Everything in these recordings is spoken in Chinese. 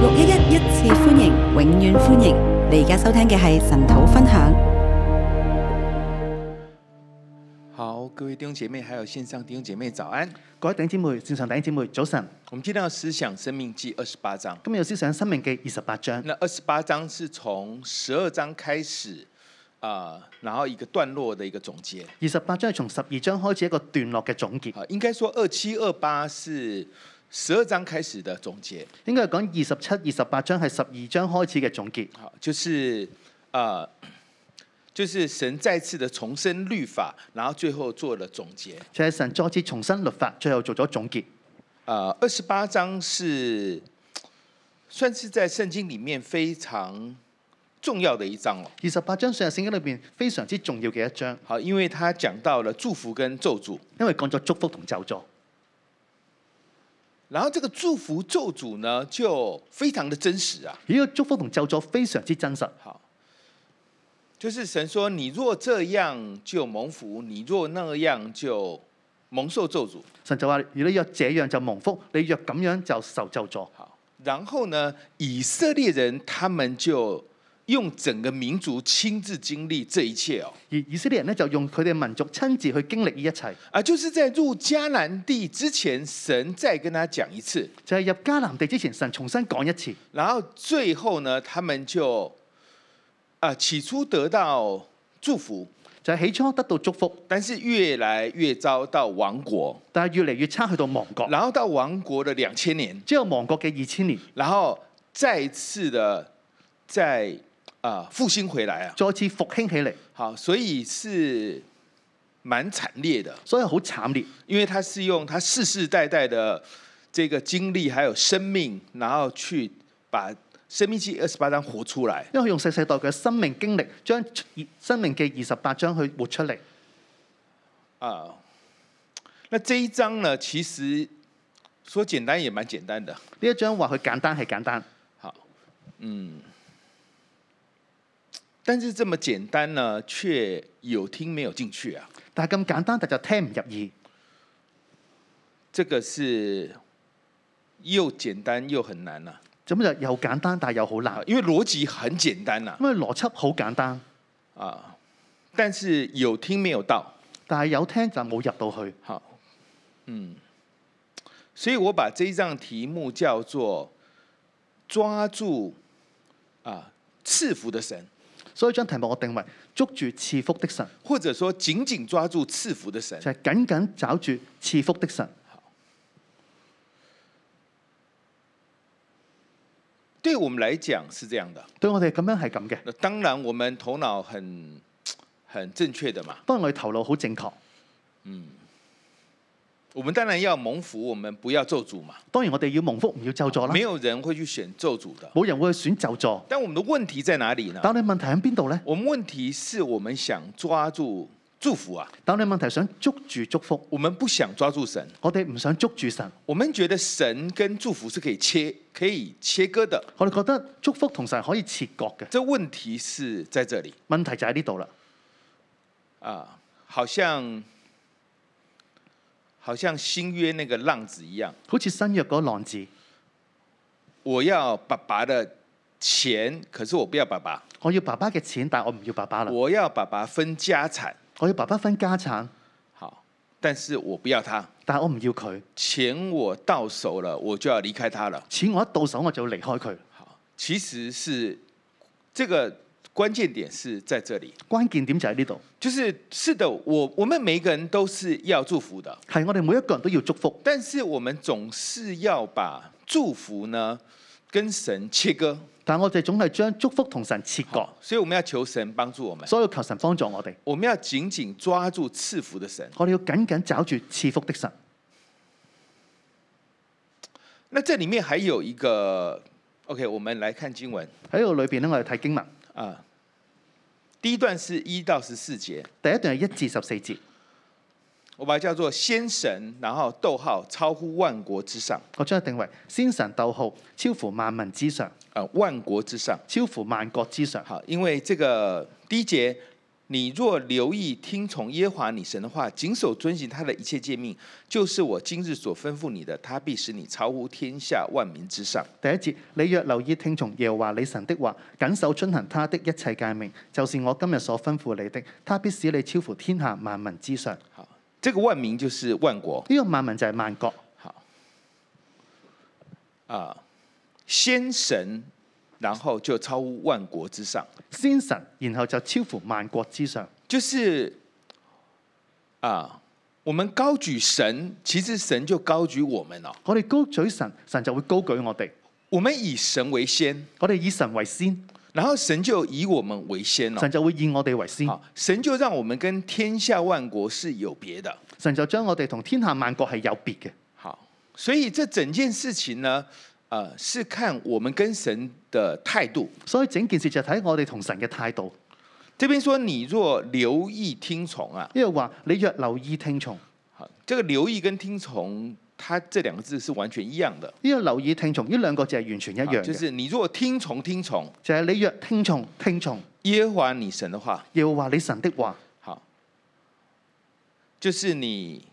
六一一一次歡迎，永遠歡迎！你而家收聽嘅係神土分享。好，各位弟兄姐妹，还有线上弟兄姐妹，早安！各位弟兄姊妹、線上弟兄姊妹，早晨！我们今天要思想《生命记》二十八章。今日有思想《生命記》二十八章，那二十八章是从十二章开始啊、然后一个段落的一个总结二十八章係從十二章開始一個段落嘅總結，啊。应该说二七二八是十二章开始的总结，應該係講二十七、二十八章係十二章開始嘅總結，好，就是啊、就是神再次的重申律法，然后最后做了总结。就係、神再次重新律法，最後做咗總結。啊，二十八章是算是在圣经里面非常重要的一章哦。二十八章算係聖經裏邊非常之重要嘅一章，好，因为他讲到了祝福跟咒诅，因為講咗祝福同咒詛。然后这个祝福咒诅呢，就非常的真实啊。呢個祝福同咒詛非常之真實，好，就是神说：“你若这样就蒙福，你若那样就蒙受咒诅。神就話：如果你若這樣就蒙福，你若咁樣就受咒詛。”好，然后呢，以色列人他们就用整个民族亲自经历这一切哦。而以色列人呢，就用佢哋民族親自去經歷呢一切，啊，就是在入迦南地之前，神再跟他讲一次，就係、入迦南地之前，神重新講一次。然后最后呢，他们就啊起初得到祝福，就係起初得到祝福，但是越来越遭到亡国，但係越嚟越差去到亡國，然后到亡国的两千年，之後亡國嘅二千年然后再次的再啊、复兴回来啊，再次復興起嚟，好，所以是蛮惨烈的，所以好慘烈，因为他是用他世世代代的这个经历还有生命，然后去把《生命记》二十八章活出来。因為佢用世世代代嘅生命經歷，將二生命嘅二十八章去活出嚟。啊，那这一章呢，其实说简单也蛮简单的。呢一章話佢簡單係簡單，好，嗯，但是这么简单呢，却有听没有进去啊。但係咁簡單，但就聽唔入耳。这个是又简单又很难呐、咁就又簡單，但係又好啊難，，因为邏輯很简单呐、因為邏輯好簡單，啊，但是有听没有到。但係有聽就冇入到去。好，嗯，所以我把这一章题目叫做“抓住啊赐福的神”。所以將題目我定為捉住賜福的神，或者说紧紧抓住赐福的神就。係、緊緊找住賜福的神。对我们来讲是这样的。對我哋咁樣係咁嘅。那当然，我们头脑很很正确的嘛。當然我哋頭腦好正確，我们当然要蒙福，我们不要咒诅嘛。當然我哋要蒙福唔要咒詛啦没。有人会去选咒诅的。冇人會去選就座。但我们的问题在哪里呢？但你問題喺邊度呢？我们问题是我们想抓住祝福啊，但你問題想捉住祝福，我们不想抓住神。我哋唔想捉住神，我们觉得神跟祝福是可以切可以切割的。我哋覺得祝福同神可以切割嘅。这问题是在这里。問題就喺呢度啦，啊，好像好像新约那个浪子一样，好似新約嗰浪子，我要爸爸的钱，可是我不要爸爸，我要爸爸嘅錢，但我唔要爸爸啦，我要爸爸分家产，我要爸爸分家產，好，但是我不要他，但我唔要佢，钱我到手了，我就要离开他了。錢我一到手我就要離開佢。好，其实是这个关键点是在这里，關鍵點就喺呢度，就是是的，我我们每一个人都是要祝福的，係我哋每一個人都要祝福，但是我们总是要把祝福呢跟神切割。但我哋總係將祝福同神切割，所以我们要求神帮助我们，所以求神幫助我哋，我们要紧紧抓住赐福的神。我哋要緊緊找住賜福的神。那这里面还有一个，OK，我们来看經文喺呢個裏邊咧，我哋睇經文，啊。第一段是一到十四节，第一段係一至十四節，我把它叫做先神，然后逗号超乎万国之上我將佢定為先神逗號，超乎萬民之上。啊、呃万国之上。超乎萬國之上。好，因为这个第一节你若留意听从耶和华你神的话，谨守遵行他的一切诫命，就是我今日所吩咐你的，他必使你超乎天下万民之上。第一節，你若留意聽從耶和華你神的話，謹守遵行他的一切誡命，就是我今日所吩咐你的，他必使你超乎天下萬民之上。呢、这个万民就是万国個萬民就係萬國。啊、先神，然后就超乎万国之上，先神，然後就超乎萬國之上。就是啊、我们高举神，其实神就高举我们了、我哋高舉神，神就會高舉我哋。我们以神为先，我哋以神為先，然后神就以我们为先了、神就會以我哋為先。好，神就让我们跟天下万国是有别的。神就將我哋同天下萬國係有別嘅。好，所以这整件事情呢，呃，是看我们跟神的态度。所以整件事就睇我哋同神嘅態度。这边说，你若留意听从啊，因為話你若留意聽從，呢、好，这个留意跟听从，它这两个字是完全一样的，個留意聽從呢兩個字係完全一樣啊嘅，就是你若听从听从就係你若聽從聽從耶和华你神的话，耶和華你神的話，好，就是你，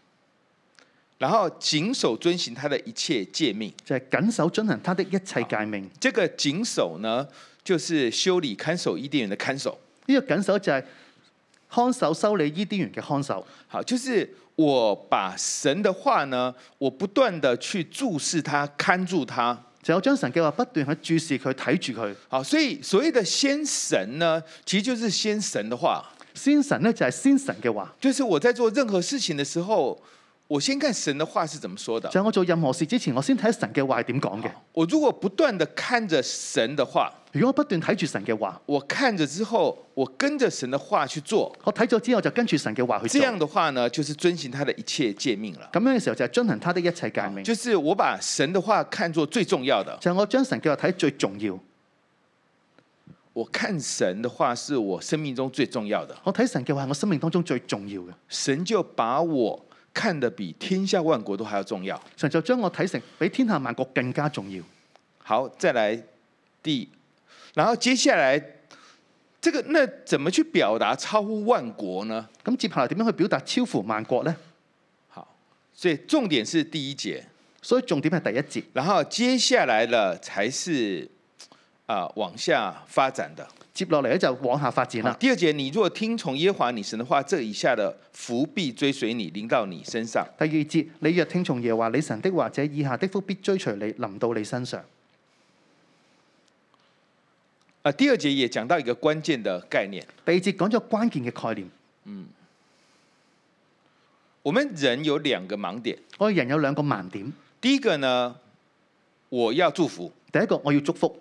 然后谨守遵行他的一切诫命。就係、謹守遵行他的一切誡命。这个谨守呢，就是修理看守伊甸园的看守。呢、個謹守就係看守修理伊甸園嘅看守，好，就是我把神的话呢，我不断的去注视它，看住它。就有將神嘅話不斷去注視佢，睇住佢。好，所以所谓的先神呢，其实就是先神的话，先神呢，就係先神嘅話，就是我在做任何事情的时候，我先看神的话是怎么说的就。係我做任何事之前，我先睇神嘅話係點講嘅。我如果不断的看着神的话，如果我不斷睇住神嘅話，我看着之后，我跟着神的话去做，我睇咗之後就跟住神嘅話去这做，样咁的话呢，就是遵行他的一切诫命了。樣嘅時候就係遵行他的一切誡命。啊就是我把神的话看作最重要的，就係我將神嘅話睇最重要，我看神的话是我生命中最重要的，我睇神嘅話係我生命當中最重要嘅。神就把我看得比天下万国都还要重要。神就將我睇成比天下萬國更加重要。好，再来第，然后接下来这个那怎么去表达超乎万国呢？咁接下來點樣去表達超乎萬國呢？好，所以重点是第一节，所以重點係第一節，然后接下来了才是啊、往下发展的。接落嚟咧就往下發展好啦。第二节，你若听从耶和华你神的话，这以下的福必追随你，临到你身上。第二節，你若聽從耶和華你神的話，這以下的福必追隨你，臨到你身上。啊，第二节也讲到一个关键的概念，第二節講咗關鍵嘅概念。我们人有两个盲点，我哋人有兩個盲點，第一个呢，我要祝福，第一個我要祝福，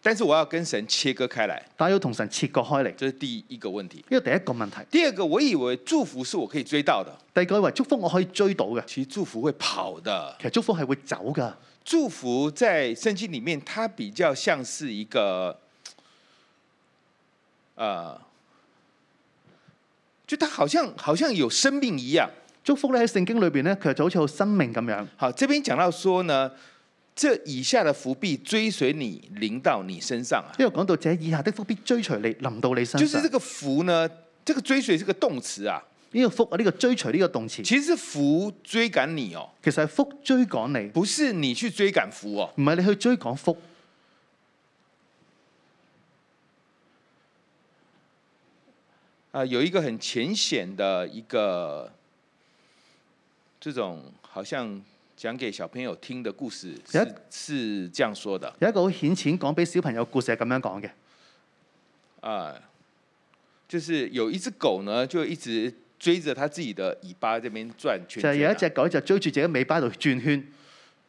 但是我要跟神切割开来，但要同神切割開嚟，这是第一个问题。呢個第一個問題。第二个，我以为祝福是我可以追到的，第二個以為祝福我可以追到嘅，其实祝福会跑的。其實祝福係會走㗎。祝福在圣经里面，它比较像是一个，呃，就它好像好像有生命一样。祝福咧喺聖經裏邊咧，其實就好似有生命咁樣。好，这边讲到说呢，这以下的福必追随你，临到你身上啊，因為講到這以下的福必追隨你，臨到你身就是上。这呢、个福呢，这个追隨是个動詞啊，個福啊，呢、個追隨呢個動詞，其實是福追趕你哦，其實係福追趕你，不是你去追趕福哦。唔係你去追趕福。啊、有一个很浅显的一个这种好像讲给小朋友听的故事， Yep 是是这样说的有一個好顯淺講俾小朋友故事係咁樣講嘅，啊、就是有一只狗呢，就一直追着它自己的尾巴这边转圈就圈、啊，係有一隻狗就追住自己尾巴度轉圈，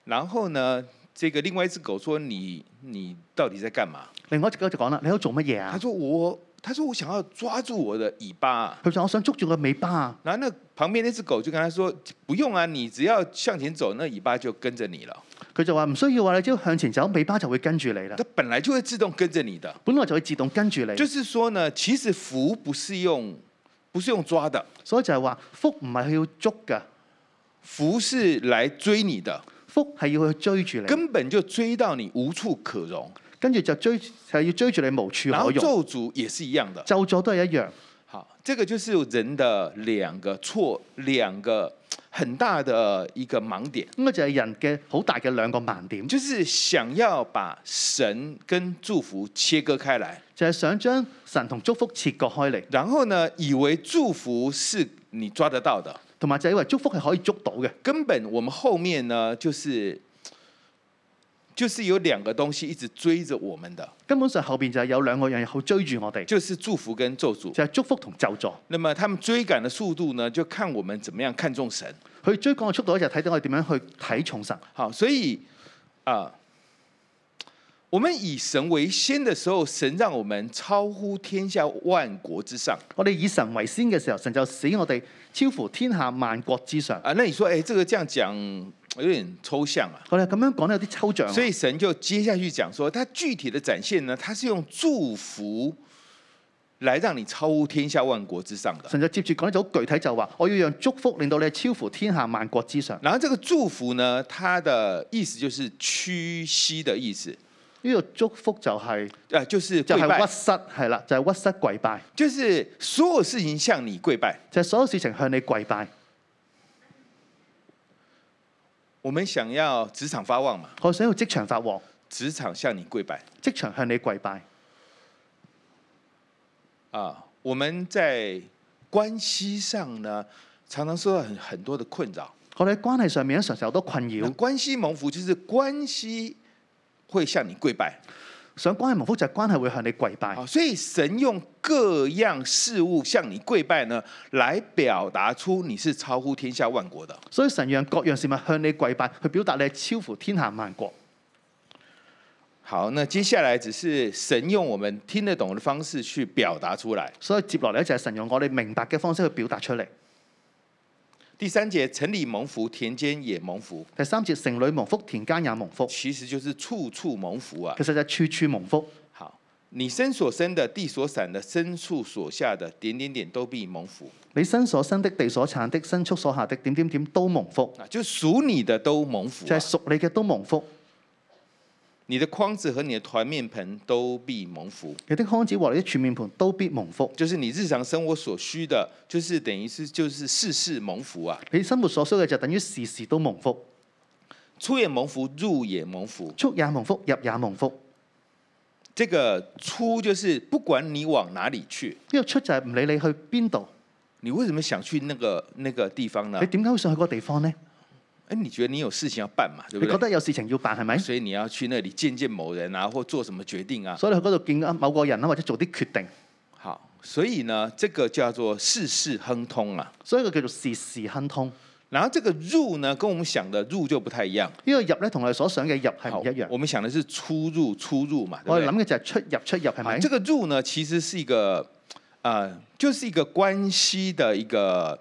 然后呢，这个另外一只狗说你：“你到底在干嘛另外一隻狗就講啦：你喺度做乜嘢？”他啊？说：“我，他说我想要抓住我的尾巴啊。佢就話我想捉住個尾巴啊！”然后那旁边那只狗就跟他说：“不用啊，你只要向前走，那尾巴就跟着你了。佢就話唔需要啊，你只要向前走，尾巴就會跟住你啦它。本来就会自动跟着你的。本來就會自動跟住你，就是说呢，其实福不是用，不是用抓的，所以就係話福唔係要捉㗎，福是来追你的，福係要去追住你，根本就追到你无处可容。跟住就追就要追住你無處然可后容，咒诅也是一样的。咒咗都係一樣。好，这个就是人的两个错，两个很大的一个盲点，咁啊就係人嘅好大嘅兩個盲點，就是想要把神跟祝福切割开来，就係、想將神同祝福切割開嚟，然后呢，以为祝福是你抓得到的，同埋就以為祝福係可以捉到嘅。根本我们后面呢，就是就是有两个东西一直追着我们的，根本上後邊就係有兩個樣嘢好追住我哋，就是祝福跟咒诅。就係、祝福同咒助。那么他们追赶的速度呢，就看我们怎么样看重神。佢追趕嘅速度咧就睇到我哋點樣去睇重神。好，所以啊、我们以神为先的时候，神让我们超乎天下万国之上我哋以神為先嘅時候，神就使我哋超乎天下萬國之上。啊。那你说，哎，这个这样讲有点抽象啊。我哋咁樣講咧有啲抽象啊，所以神就接下去讲说，他具体的展现呢，他是用祝福来让你超乎天下万国之上的。神就接住講咧就好具體就話，我要讓祝福令到你超乎天下萬國之上。然后这个祝福呢，它的意思就是屈膝的意思，呢、個祝福就係、呃，就是就跪係、拜，屈膝係啦，就係、屈膝跪拜，就是所有事情向你跪拜。就係、所有事情向你跪拜。我们想要职场发旺嘛，我想要職場法王，职场向你跪拜職場向你跪拜。啊！我们在关系上呢，常常受到很很多的困扰。我哋喺關係上面咧，常常有好多困那擾。关系蒙福就是关系会向你跪拜想關係蒙福就係關係會向你跪拜啊，，所以神用各样事物向你跪拜呢，来表达出你是超乎天下万国的。所以神讓各樣事物向你跪拜，去表達你係超乎天下萬國。好，那接下来只是神用我们听得懂的方式去表达出来。所以接落嚟咧就係神用我哋明白嘅方式去表達出嚟。第三节，城里蒙福，田间也蒙福，第三節，城裏蒙福，田間也蒙福，其实就是处处蒙福啊其。實就係處處蒙福。好，你身所生的，地所散的，牲畜所下的，点点点都必蒙福你身所生的、地所產的、牲畜所下的，點點點都蒙福，啊！就属你的都蒙福、就啊係，屬你嘅都蒙福。你的筐子和你的团面盆都必蒙福。你的康子和你的全面盤都必蒙福。就是你日常生活所需的，就是等于是就是事事蒙福啊，你生活所需嘅就等於事事都蒙福，出也蒙福，入也蒙福。出也蒙福，入也蒙福。呢、这个出就是不管你往哪里去，個出就係唔理你去邊度，你为什么想去那个那个地方呢你？點解會想去嗰個地方呢？哎，你觉得你有事情要办嘛，对你不覺对？哎得有事情要辦係咪？所以你要去那里见见某人啊，或做什么决定啊。所以你去嗰度見某個人啦，或者做啲決定，好，所以呢，这个叫做事事亨通啊。所以佢叫做事事亨通。然后这个入呢，跟我们想的入就不太一样。呢、個入咧同我哋所想嘅入係好唔一，樣。哦我们想的是出入出入嘛，对我不对哋諗？嘅就係出入出入係好，咪？这个入呢，其实是一个呃，就是一个关系的一个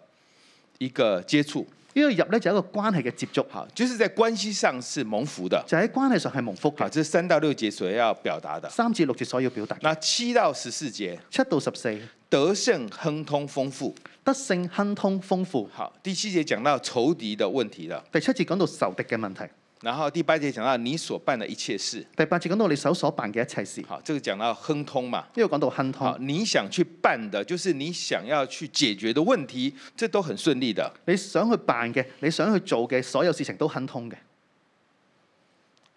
一个接触。呢個入咧就係一個關係嘅接觸，好，就是在关系上是蒙福的。就喺關係上係蒙福好，嘅。这是三到六节所要表达的。三至六節所要表達嘅，那七到十四节，七到十四得胜、亨通、豐富。德性亨通豐富。好，第七节講到仇敵的問題了，第七節講到仇敵嘅問題，然後第八节講到你所辦的一切事。第八節講到你手所辦嘅一切事。好，這個講到亨通嘛。呢個講到亨通好，，你想去辦的，就是你想要去解決的問題，這都很順利的。你想去辦嘅，你想去做嘅所有事情都亨通嘅。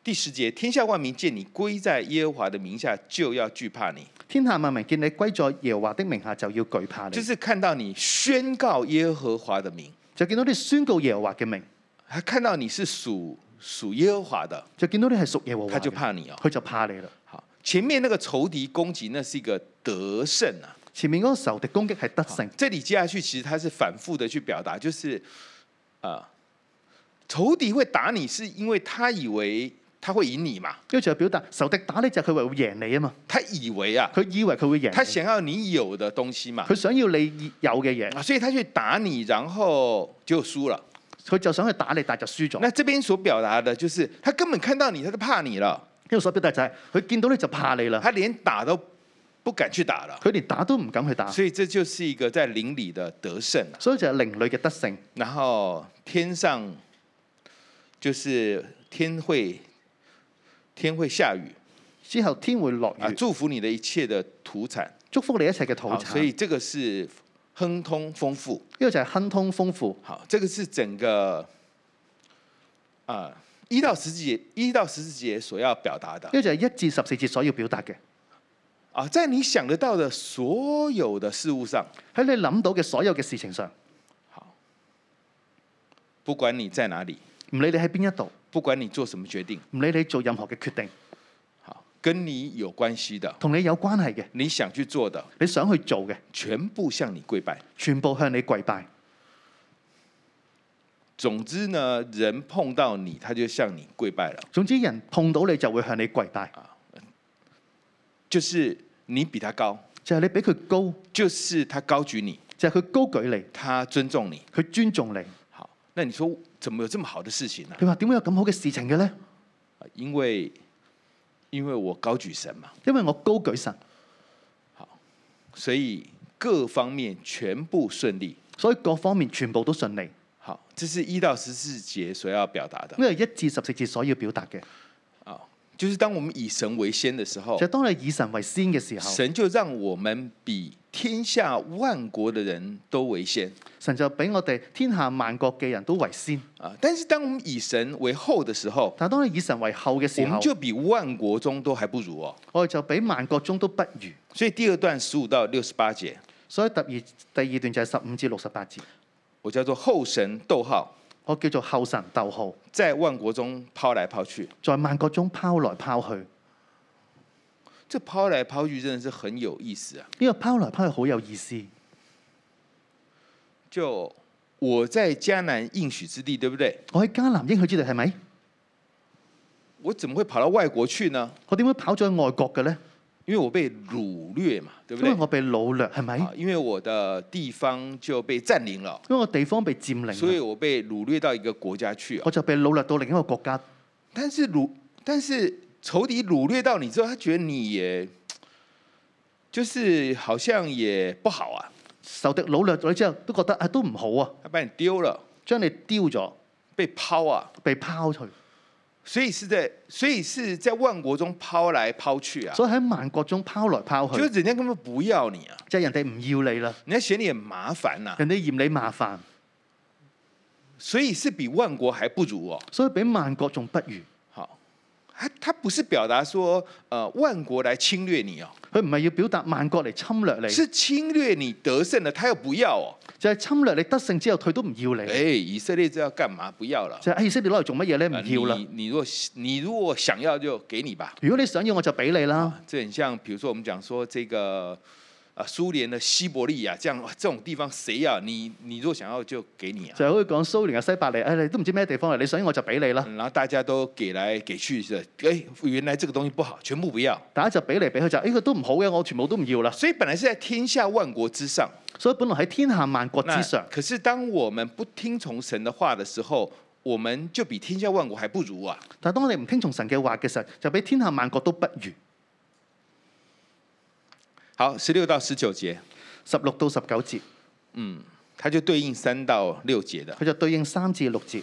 第十节，天下萬民見你歸在耶和華的名下，就要懼怕你，天下萬民見你歸在耶和華的名下，就要懼怕你就。是看到你宣告耶和華的名，就見到你宣告耶和華嘅名，他看到你是屬屬耶和華的，就見到你係屬耶和華他就嘅，怕你哦。佢就怕你啦。好，前面那個仇敵攻擊，那是一個得勝啊。前面嗰個仇敵攻擊係德性，这里接下去其实他是反复的去表达，就是啊、呃仇敌会打你，是因为他以为他会赢你嘛，跟住就表達仇敵打你就係佢為會贏你啊嘛，他以为啊，佢以為佢會贏他你，想要你有的东西嘛，佢想要你有嘅嘢，啊，所以他去打你，然后就输了。佢就想去打你，但係就輸咗。那这边所表达的就是他根本看到你，他就怕你了，呢個所表達就係佢見到你就怕你啦，他连打都不敢去打了。佢連打都唔敢去打，所以这就是一个在邻里的得胜啊，所以就係另類嘅德性。然后天上就是天会天会下雨，之後天會落啊，雨，祝福你的一切的土產。祝福你一切嘅土好，所產。以呢这個是亨通豐富。個就係亨通豐富。好，这个是整個啊一到十節一到十四節所要表達呢的個就係一至十四節所要表達嘅。啊，在你想得到的所有的事物上，喺你諗到嘅所有嘅事情上，不管你在哪裡，唔理你喺邊一度，不管你做什麼決定，唔理你做任何嘅決定，好，跟你有關係的，同你有關係嘅，你想去做的，你想去做嘅，全部向你跪拜。全部向你跪拜。總之呢，人碰到你，他就向你跪拜了，總之人碰到你就會向你跪拜，就是你比他高，就係、你比佢高，就是他高舉你，就係、佢高舉你，他尊重你。佢尊重你。好，那你說怎麼有這麼好的事情呢、你話點會有咁好嘅事情嘅呢？啊因為因為我高舉神嘛，因為我高舉神，所以各方面全部順利。所以各方面全部都順利。好，这是一到十四節所要表達的呢個係一至十四節所要表達嘅，啊，就是當我們以神為先的時候就係、，當你以神為先嘅時候，神就讓我們比天下萬國的人都為先神就俾我哋天下萬國嘅人都為先。啊。但是當我們以神為後的時候，但係當你以神為後嘅我時候們，就比萬國中都還不如哦。我哋就比萬國中都不如。所以第二段十五到六十八節，所以第二第二段就係十五至六十八節，我叫做後神逗號，我叫做後神逗號，在萬國中拋來拋去。在萬國中拋來拋去。呢、這拋來拋去真的是很有意思啊！個拋來拋去好有意思。就我在迦南应许之地，对不對？我喺迦南應許之地係咪？我怎麼會跑到外國去呢？我點會跑咗去外國嘅呢？因為我被掳掠嘛，對不因為對？我被掳掠係咪？啊，因為我的地方就被佔領了，因為我地方被佔領所以啦，我被掳掠到一個國家去啊。我就被掳掠到另一個國家。但是掳，但是仇敵掳掠到你之後，他覺得你也，就是好像也不好啊，仇敵掳掠咗你之後，都覺得啊都唔好啊，他把你丟了，將你丟咗，被拋啊，被拋去。所以是在，所以是在萬國中拋來拋去啊，所以喺萬國中拋來拋就是去，人家根本不要你啊，即係人哋唔要你啦，人家嫌你很麻煩呐、人哋嫌你麻煩，所以是比萬國還不如哦。所以比萬國仲不如。好，他他不是表達說，呃，萬國來侵略你哦，佢唔係要表達萬國嚟侵略你，是侵略你得勝了，他又不要哦。就係侵略你得勝之後，佢都唔要你。哎，以色列知道幹嘛？不要了。就係哎以色列攞嚟做乜嘢咧？唔呃要啦你。你若你如果想要就給你吧。如果你想要，我就俾你啦。这很像，比如说我們講說這個。啊，蘇聯的西伯利亞這樣哇這種地方誰要你？你如果想要就給你啊，就係好似講蘇聯嘅西伯利，哎誒你都唔知咩地方嚟，你想要我就俾你啦。嗯然後大家都給來給去的，哎，原來這個東西不好，全部不要。大家就俾嚟俾佢就，呢個都唔好嘅，我全部都唔要啦。所以本來是在天下萬國之上，所以本來喺天下萬國那哦之上，可是當我們不聽從神的話的時候，我們就比天下萬國還不如啊！但係當我哋唔聽從神嘅話嘅時候，就比天下萬國都不如。好，十六到十九節，十六到十九節，它就對應三到六節的。佢就對應三至六節。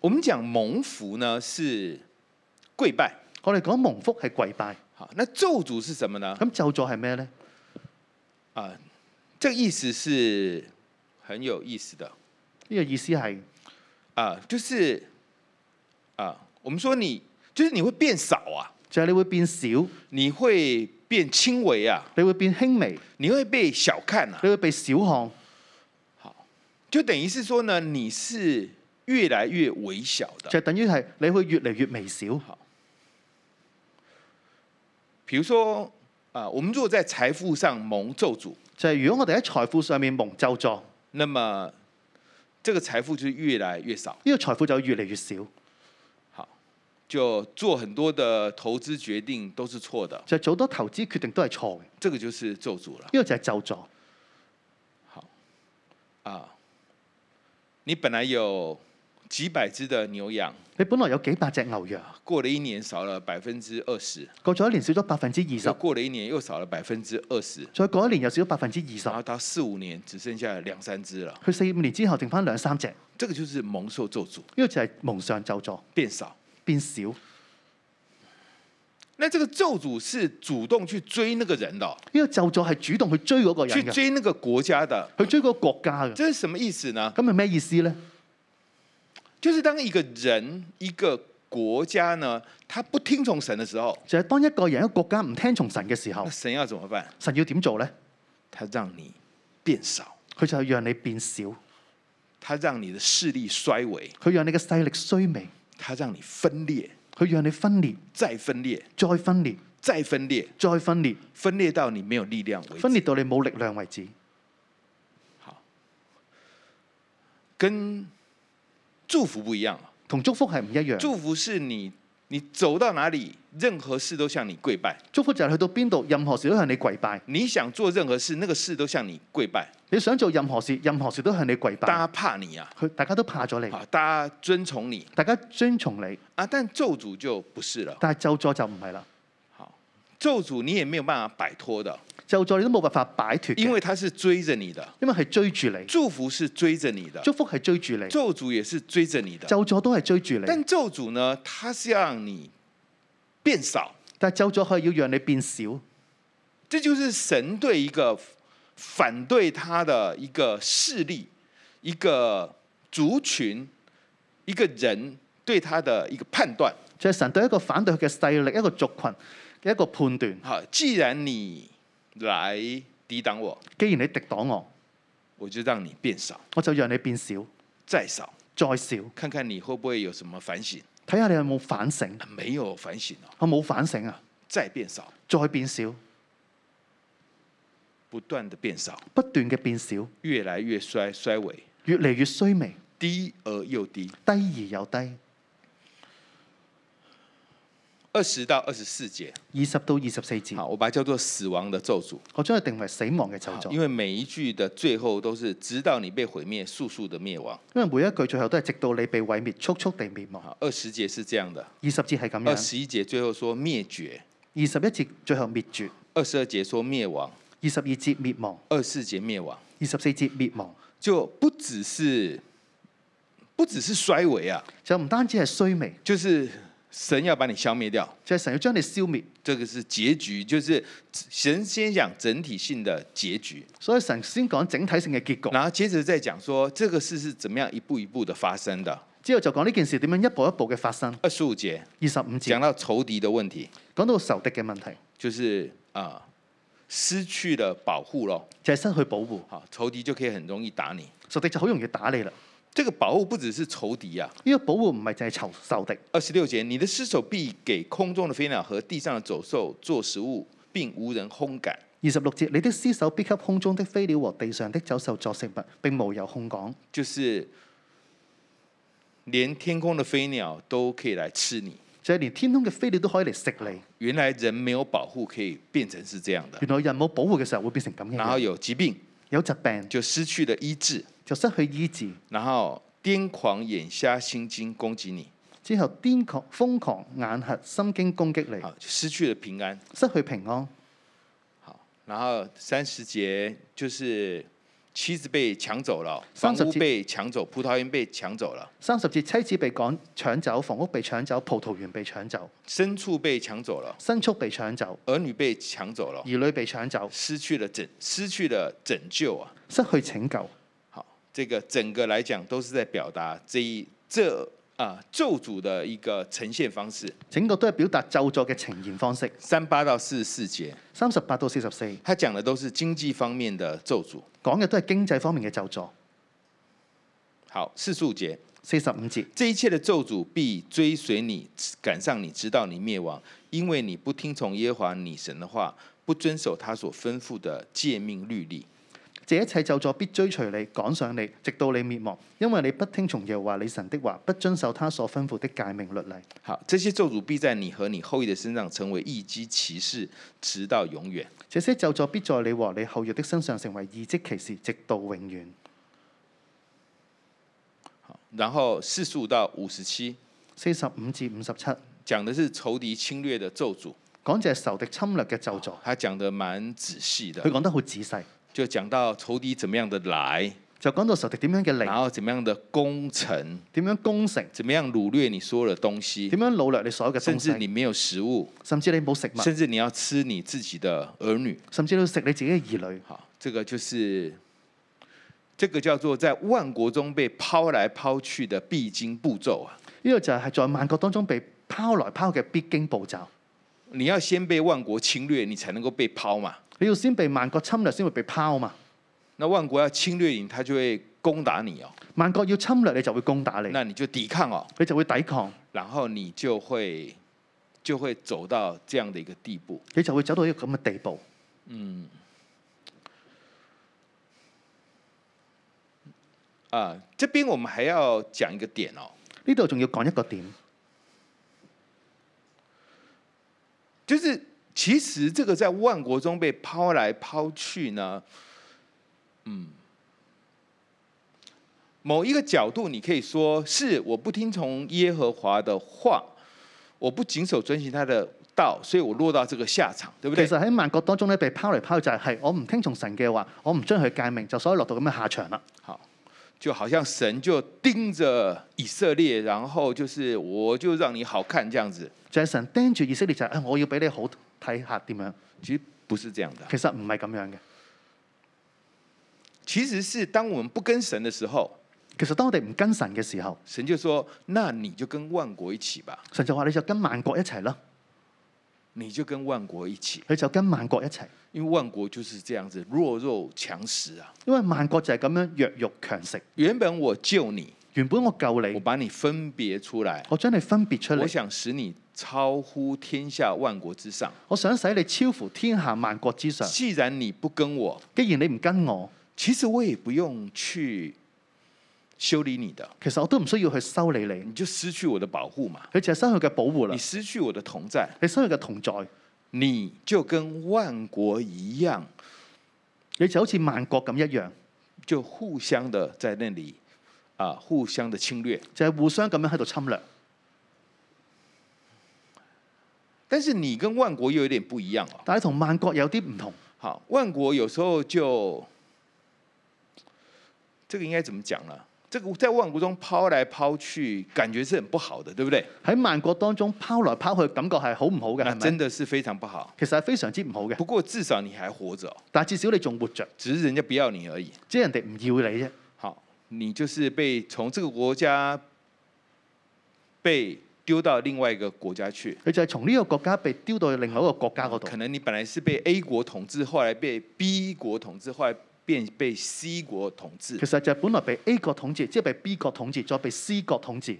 我們講蒙福呢是跪拜，我哋講蒙福係跪拜，好，那咒詛是什麼呢？咁咒詛係咩呢？啊，這個意思是很有意思的呢、個意思係啊，就是啊，我們說你就是你會變少啊，就係、你會變少，你你會變輕微啊，會變輕微，你會被小看啊。你會被小看，就等于是说呢，你是越来越微小的。就等於係你會越嚟越微小。比如说啊、我们如果在财富上蒙咒诅，就係如果我哋喺財富上面蒙咒詛，呢、那么这个財富就越来越少，個財富就越嚟越少，就做很多的投资决定都是错的，就係做好多投資決定都係錯嘅。呢、这个就是咒诅了個就係咒詛。啊。你本来有几百只的牛羊，你本來有幾百隻牛羊，过了一年少了百分之二十，過咗一年少咗百分之二又十，过了一年又少了百分之二十，再過一年又少咗百分之二然十，后到四五年只剩下两三只了，佢四五年之後剩翻兩三隻。呢、这个就是蒙受咒诅，個就係蒙上咒詛，变少。變少。那这个咒诅是主動去追那個人的哦，呢個咒詛係主動去追嗰個去人嘅，追那個國家的，去追嗰個國家嘅。這是什麼意思呢？咁係咩意思呢？就是當一個人、一個國家呢，他不聽從神的時候，就係、當一個人一個國家唔聽從神嘅時候那，神要怎麼辦？神要點做呢？哦他讓你變少，佢就係讓你變少，他讓你的勢力衰微，佢讓你嘅勢力衰微，他讓你分裂，佢讓你分裂，再分裂，再分裂，再分裂，再分裂，分裂到你沒有力量為止。分裂到你冇力量為止。跟祝福不一樣啊，同祝福係唔一樣。祝福是你你走到哪裡，任何事都向你跪拜。祝福就係去到邊度，任何事都向你跪拜。你想做任何事，那個事都向你跪拜，你想做任何事，任何事都向你跪大拜。家怕你啊，佢大家都怕咗你，好，大家遵從你大家遵從你，啊。但咒主就不是了，但係咒詛就唔係啦。咒主你也沒有辦法擺脫的，咒詛你都冇辦法擺脱嘅，因為他是追着你的，因為係追住你，祝福是追着你的，祝福係追住你，咒主也是追着你的。咒詛都係追住你。但咒主呢，他是要讓你變少，但係咒詛係要讓你變少，这就是神對一個反對他的一個勢力、一个族群、一个人對他的一個判斷。就係神對一個反對佢嘅勢力、一個族群嘅一個判斷。好，既然你來抵擋我，既然你敵擋我，我就讓你變少，我就讓你變少，再少，再少。看看你會不會有什麼反省。睇下你有冇反省。啊沒有反省哦，我冇反省啊，再變少，再變少，不斷的變少，不斷嘅變少，越來越衰衰微，越嚟越衰微，低而又低。低而又低。二十到二十四節，二十到二十四節，好，我把它叫做死亡的咒詛。我將佢定為死亡嗯嘅咒好詛，因为每一句的最后都是直到你被毀滅，速速的滅亡。因為每一句最後都係直到你被毀滅，速速地滅亡。好，二十節是這樣的，二十節係咁樣，二二十十一節最後說滅絕，一節最後滅絕，二十二節說滅亡，二十二節滅亡，二十四節滅亡，二十四節滅亡，就不只是不只是衰微啊，就唔單止係衰微，就是神要把你消滅掉，就係、神要將你消滅。這個是結局，就是神先講整體性的結局，所以神先講整體性嘅結局，然後接着再講說這個事是怎麼樣一步一步的發生的。之後就講呢件事點樣一步一步嘅發生。二十五節二十五講節到仇敵的問題，講到仇敵嘅問題，就是啊、失去了保護咯。就係、失去保護，好，仇敵就可以很容易打你。仇敵就好容易打你啦。這個保護不只是仇敵啊。呢、個保護唔係淨係仇仇敵。二十六節，你的屍首必給空中的飛鳥和地上的走獸做食物，並無人烘乾。二十六節，你的屍首必給空中的飛鳥和地上的走獸作食物，並無有空港。就是連天空的飛鳥都可以來吃你。就係、連天空嘅飛鳥都可以嚟食你。原來人沒有保護可以變成是這樣的，原來人冇保護嘅時候會變成咁嘅然後樣，有疾病有疾病就失去了醫治，就失去醫治，然後癲狂、眼瞎、心驚攻擊你，之後癲狂、瘋狂、眼核、心經攻擊你，好就失去了平安。失去平安。好，然後三十节就是妻子被搶走了，房30屋節被搶走，葡萄園被搶走了，三十節，妻子被趕搶走，房屋被搶走，葡萄園被搶走，牲畜被搶走了，牲畜被搶走，兒女被搶走了，兒女被搶走，失去了拯失去了拯救啊！失去拯救。好，这个整个来講都是在表達这一这啊、咒诅的一個呈現方式。整個都係表達咒作嘅呈現方式。三八到四十四节，三十八到四十四他講的都是經濟方面的咒詛。講嘅都係經濟方面嘅咒作。好，四十五节，四十五節。这一切的咒诅必追随你，赶上你，直到你灭亡，因为你不听从耶和华你神的话，不遵守他所吩咐的诫命律例。這一切咒詛必追隨你，趕上你，直到你滅亡，因為你不聽從耶和華你神的話，不遵守他所吩咐的誡命律例。好，这些咒诅必在你和你后裔的身上成为一击骑士，直到永远。這些咒詛必在你和你後裔的身上成為異迹奇事，直到永遠。然后四十五到五十七四十五至五十七讲的是仇敵侵略的咒诅，講就係仇敵侵略嘅咒詛，他讲的蛮仔细佢的，講得好仔細，就讲到仇敵怎么样的来，就講到仇敵點樣嘅然嚟，后怎么样的攻城，點樣攻城，怎么样掳掠你所有的东西點，樣擄掠你所有嘅甚東至你西，没有食物，甚至你冇食物，甚至你要吃你自己的儿女。甚至你要食你自己嘅兒女。好，这个就是这个叫做在万国中被抛来抛去的必经步骤啊！呢個就係在萬國當中被拋來拋嘅必經步驟。你要先被万国侵略，你才能够被抛嘛。你要先被萬國侵略先會被拋嘛。那万国要侵略你，他就会攻打你哦，萬國要侵略你就會攻打你，那你就抵抗哦，你就會抵抗，然后你就会就会走到这样的一个地步。你就會走到一個咁嘅地步。啊、这边我们还要讲一个点哦，呢度仲要講一個點，就是其实这个在万国中被抛来抛去呢，嗯，某一个角度你可以说是我不听从耶和华的话，我不谨守遵行他的道，所以我落到这个下场，对不其对？實喺萬國當中咧被拋嚟拋去就係、係我唔聽從神嘅話，我唔將佢戒命，就所以落到咁嘅下場啦。好，就好像神就盯着以色列，然后就是我就让你好看这样子，就係、神盯住以色列就係、哎我要俾你好睇下點樣。其实不是这样的。其實唔係咁樣嘅。其实是当我们不跟神的时候，其實當我哋唔跟神嘅時候，神就说：“那你就跟萬国一起吧，神就話你就跟萬國一齊啦，你就跟萬国一起，你就跟萬國一齊，因为萬国就是這樣子弱肉強食啊。因為萬國就係咁樣弱肉強食。原本我救你，原本我救我你，把你分別出來，我將你分別出我嚟，想使你超乎天下萬国之上。我想使你超乎天下萬國之上。既然你不跟我，既然你唔跟我，其實我也不用去修理你的，其實我都唔需要去修理你，你就失去我的保護嘛，你就係失去嘅保護啦你，失去我的同在，你失去嘅同在，你就跟萬国一樣，你就好似萬國咁一樣，就互相的在那里啊，互相的侵略。”就係、互相咁樣喺度侵略。但是你跟万国又有点不一样哦。但係同萬國有啲唔同，好，万国有时候就这个应该怎么讲呢？这个在万国中抛来抛去，感觉是很不好的，对不对？喺萬國當中拋來拋去，感覺係好唔好嘅，那係真咪？的是非常不好。其實係非常之唔好嘅不，过至少你还活着、哦，但係至少你仲活着，只是人家不要你而已。即係人哋唔要你啫。好，你就是被从这个国家被丢到另外一个国家去。佢就係從呢個國家被丟到另外一個國家嗰度可。能你本来是被 A 国统治，后来被 B 国统治，后来变被 C 国统治其。實就係本來被 A 國統治，即係被 B 國統治，再被 C 國統治。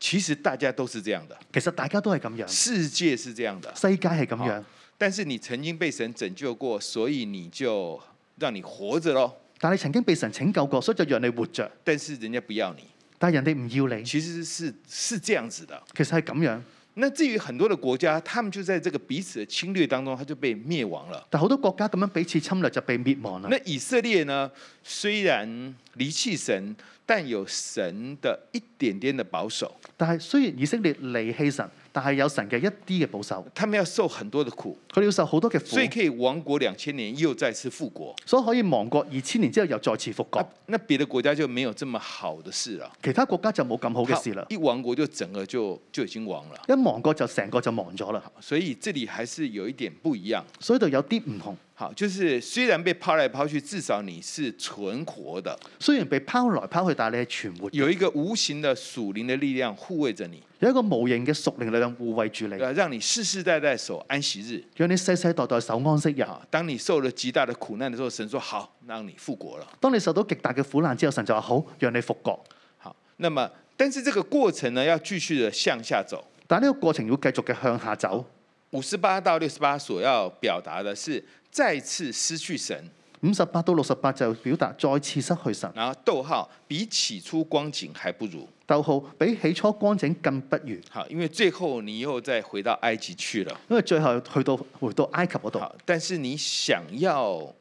其实大家都是这样的。其實大家都係咁樣，世界是啊这样的，世界係咁樣好，但是你曾经被神拯救过，所以你就让你活着咯。但你曾經被神拯救過，所以就讓你活着。但是人家不要你，但係人哋唔要你，其实是是这样子的。其實係咁樣。那至于很多的国家，他们就在这个彼此的侵略当中，他就被灭亡了。但好多國家咁樣彼此侵略就被滅亡啦那。以色列呢？虽然离弃神，但有神的一点点的保守，但係雖然以色列離棄神，但係有神嘅一啲嘅保守，他们要受很多的苦，佢哋要受好多嘅苦所，以可以亡国两千年，又再次复国。所以可以亡國二千年之後又再次復那國。那別的國家就沒有這麼好的事了。其他國家就冇咁好好嘅事啦，一亡國就整個就就已經亡了，一亡國就成個就亡咗啦。所以這裡還是有一點不一樣。所以就有啲唔同。好，就是雖然被拋來拋去，至少你是存活的，雖然被拋來拋去，但係你係存活，有一個無形的屬靈的力量護衛着你，有一個無形嘅屬靈力量護衛住你，呃，讓你世世代代守安息日。讓你世世代代守安息日。啊，當你受了極大的苦難的時候，神說好，讓你復國了。當你受到極大嘅苦難之後，神就話好，讓你復國。好，那麼但是這個過程呢，要繼續的向下走。但係呢個過程要繼續嘅向下走。五十八到六十八所要表達的是再次失去神，五十八到六十八就表達再次失去神。然后逗號比起初光景還不如。逗號比起初光景更不如，好，因為最後你又再回到埃及去了。因為最後去到回到埃及嗰度。好，但是你想要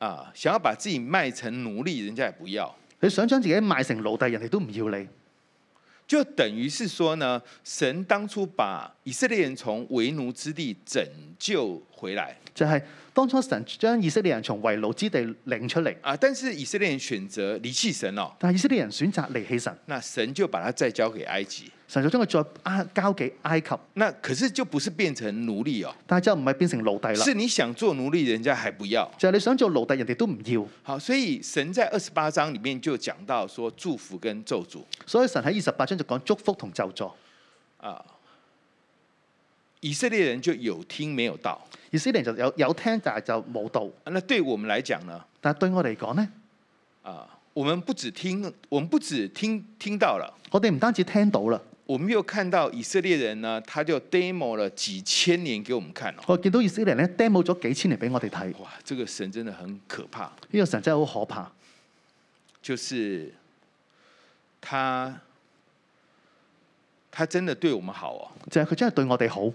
啊，想要把自己賣成奴隸，人家也不要。你想將自己賣成奴隸，人哋都唔要你。就等于是说呢，神当初把以色列人从为奴之地拯救回来就係、當初神將以色列人從為奴之地領出嚟，啊，但是以色列人選擇离弃神哦，但係以色列人選擇離棄神，那神就把他再交给埃及。神就將佢再啊交給埃及，那可是就不是變成奴隸哦，但係就唔係變成奴隸是啦，你想做奴隸，人家還不要。就係你想做奴隸，人哋都唔要，好，所以神在二十八章里面就講到说祝福跟咒诅所以神喺二十八章就講祝福同咒詛。啊，以色列人就有聽沒有到。以色列人就有有聽，但係就冇到。啊那對我們來講呢，但係對我嚟講呢，啊，我們不只聽，我們不只聽聽到了，我哋唔單止聽到啦，我们又看到以色列人呢，他就 demo 了幾千年給我們看哦。我見到以色列人咧 demo 咗幾千年俾我哋睇，呢、哇，這個神真的很可怕，個神真係好可怕。就是他他真的對我們好哦。就係佢真係對我哋好，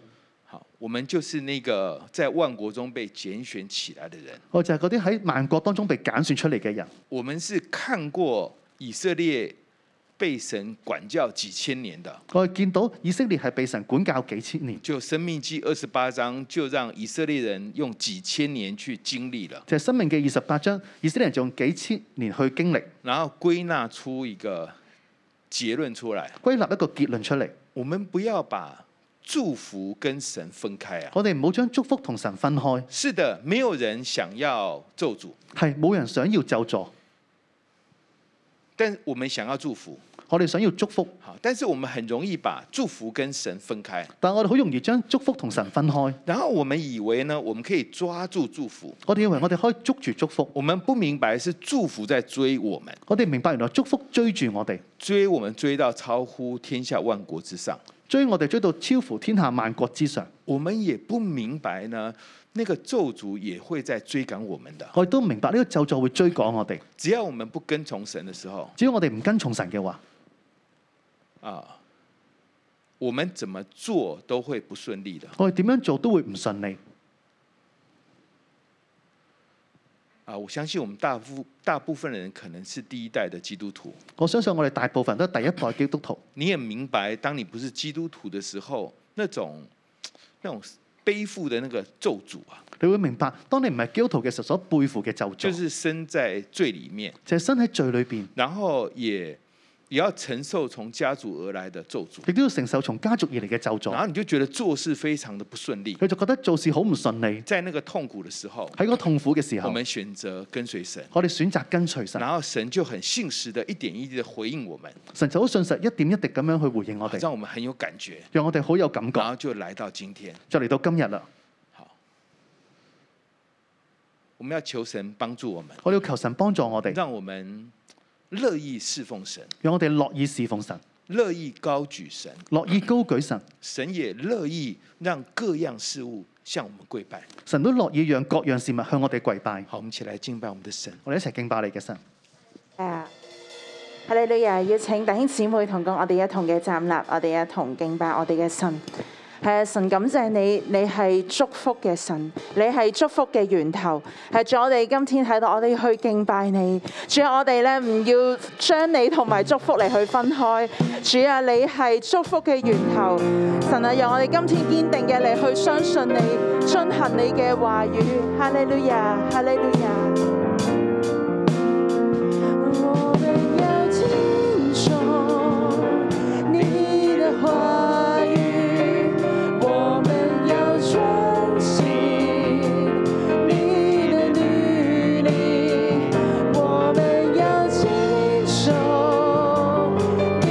好，我們就是那個在萬國中被揀選起來的人，我就係嗰啲喺萬國當中被揀選出嚟嘅人，我們是看過以色列被神管教幾千年的。我係見到以色列係被神管教幾千年，就《生命記》二十八章，就讓以色列人用幾千年去經歷了，就係、生命嘅二十八章，以色列人就用幾千年去經歷，然後歸納出一個結論出來：歸納一個結論出嚟。我們不要把祝福跟神分開啊。我哋唔好將祝福同神分開，是的，沒有人想要咒詛，係冇人想要咒詛，但我們想要祝福。我哋想要祝福，好，但是我們很容易把祝福跟神分開，但我哋好容易將祝福同神分開。然後我們以為呢，我們可以抓住祝福，我哋以為我哋可以捉住祝福，我們不明白是祝福在追我們，我哋唔明白原來祝福追住我哋，追我們追到超乎天下萬國之上。追我哋追到超乎天下萬國之上。我們也不明白呢，那個咒诅也會在追趕我們的。我哋都唔明白呢個咒詛會追趕我哋。只要我們不跟從神的時候只要我哋唔跟從神嘅話，啊，我們怎麼做都會不順利的我哋點樣做都會唔順利。啊！我相信我們大部大部分人可能是第一代的基督徒，我相信我哋大部分都係第一代基督徒，你也明白，當你不是基督徒的時候，那種那種背負的那個咒诅啊，你會明白，當你唔係基督徒嘅時候所背負嘅咒詛，就就係、是身在罪裡面，身喺罪裏邊，然後也也要承受從家族而來的咒詛，亦都要承受從家族而嚟嘅咒然詛。後你就覺得做事非常的不順利。佢就覺得做事好唔順利，在那個痛苦的時候，喺個痛苦嘅時我候，們選擇跟隨神，我哋選擇跟隨神，然後神就很信實的一點一滴的回應我們，神就好信實一點一滴咁樣去回應我哋，讓我們很有感覺，讓我哋好有感然覺。後就來到今天。就嚟到今日啦，我們要求神幫助我們，我哋要求神幫助我哋，讓我們樂意侍奉神，讓我哋樂意侍奉神，樂意高舉神，樂意高舉神，神也樂意讓各樣事物向我們跪拜。神都樂意讓各樣事物向我哋跪拜。好，我們一起來敬拜我們的神。我哋一齊敬拜你嘅神。啊！哈利路亞！要請弟兄姊妹同工，我哋一同嘅站立，我哋一同敬拜我哋嘅神。係啊，神感謝你，你係祝福嘅神，你係祝福嘅源頭。係主，我哋今天喺度，我哋去敬拜你。主啊，我哋咧唔要將你同埋祝福嚟去分開。主啊，你係祝福嘅源頭。神啊，讓我哋今天堅定嘅嚟去相信你，遵行你嘅話語。哈利路亞，哈利路亞。我们要听从你的话语，我们要专心你的律例，我们要谨守你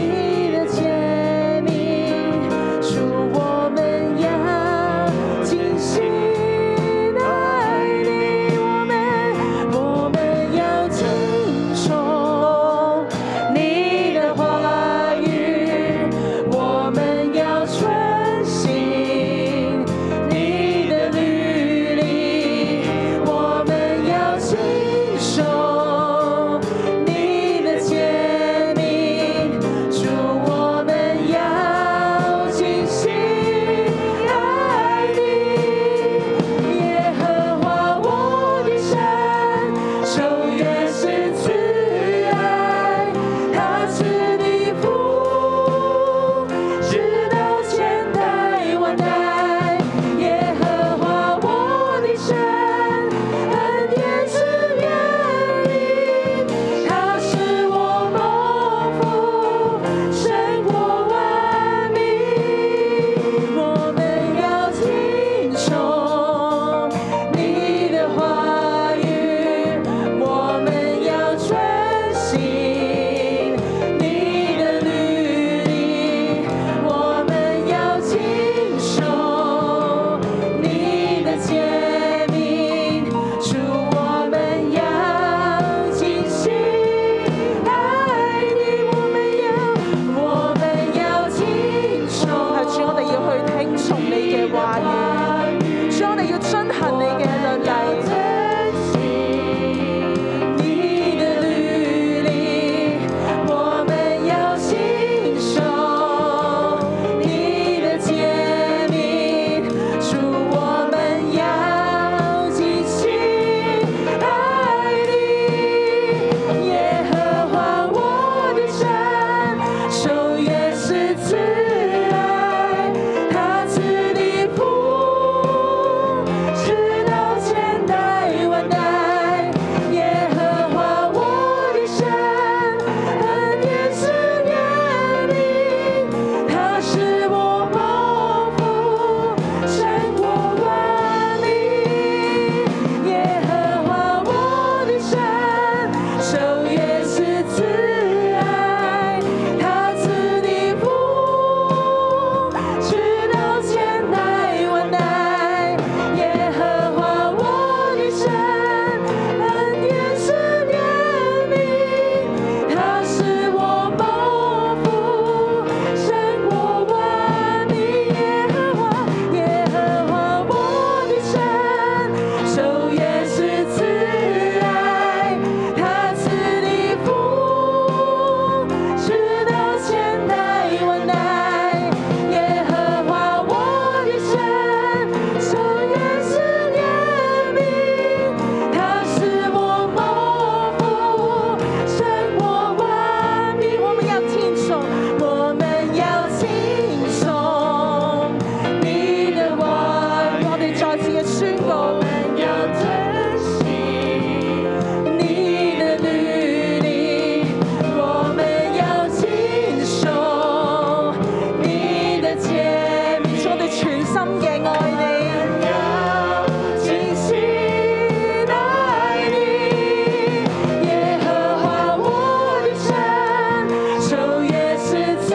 的诫命，主，我们要尽心爱你，我们。不啊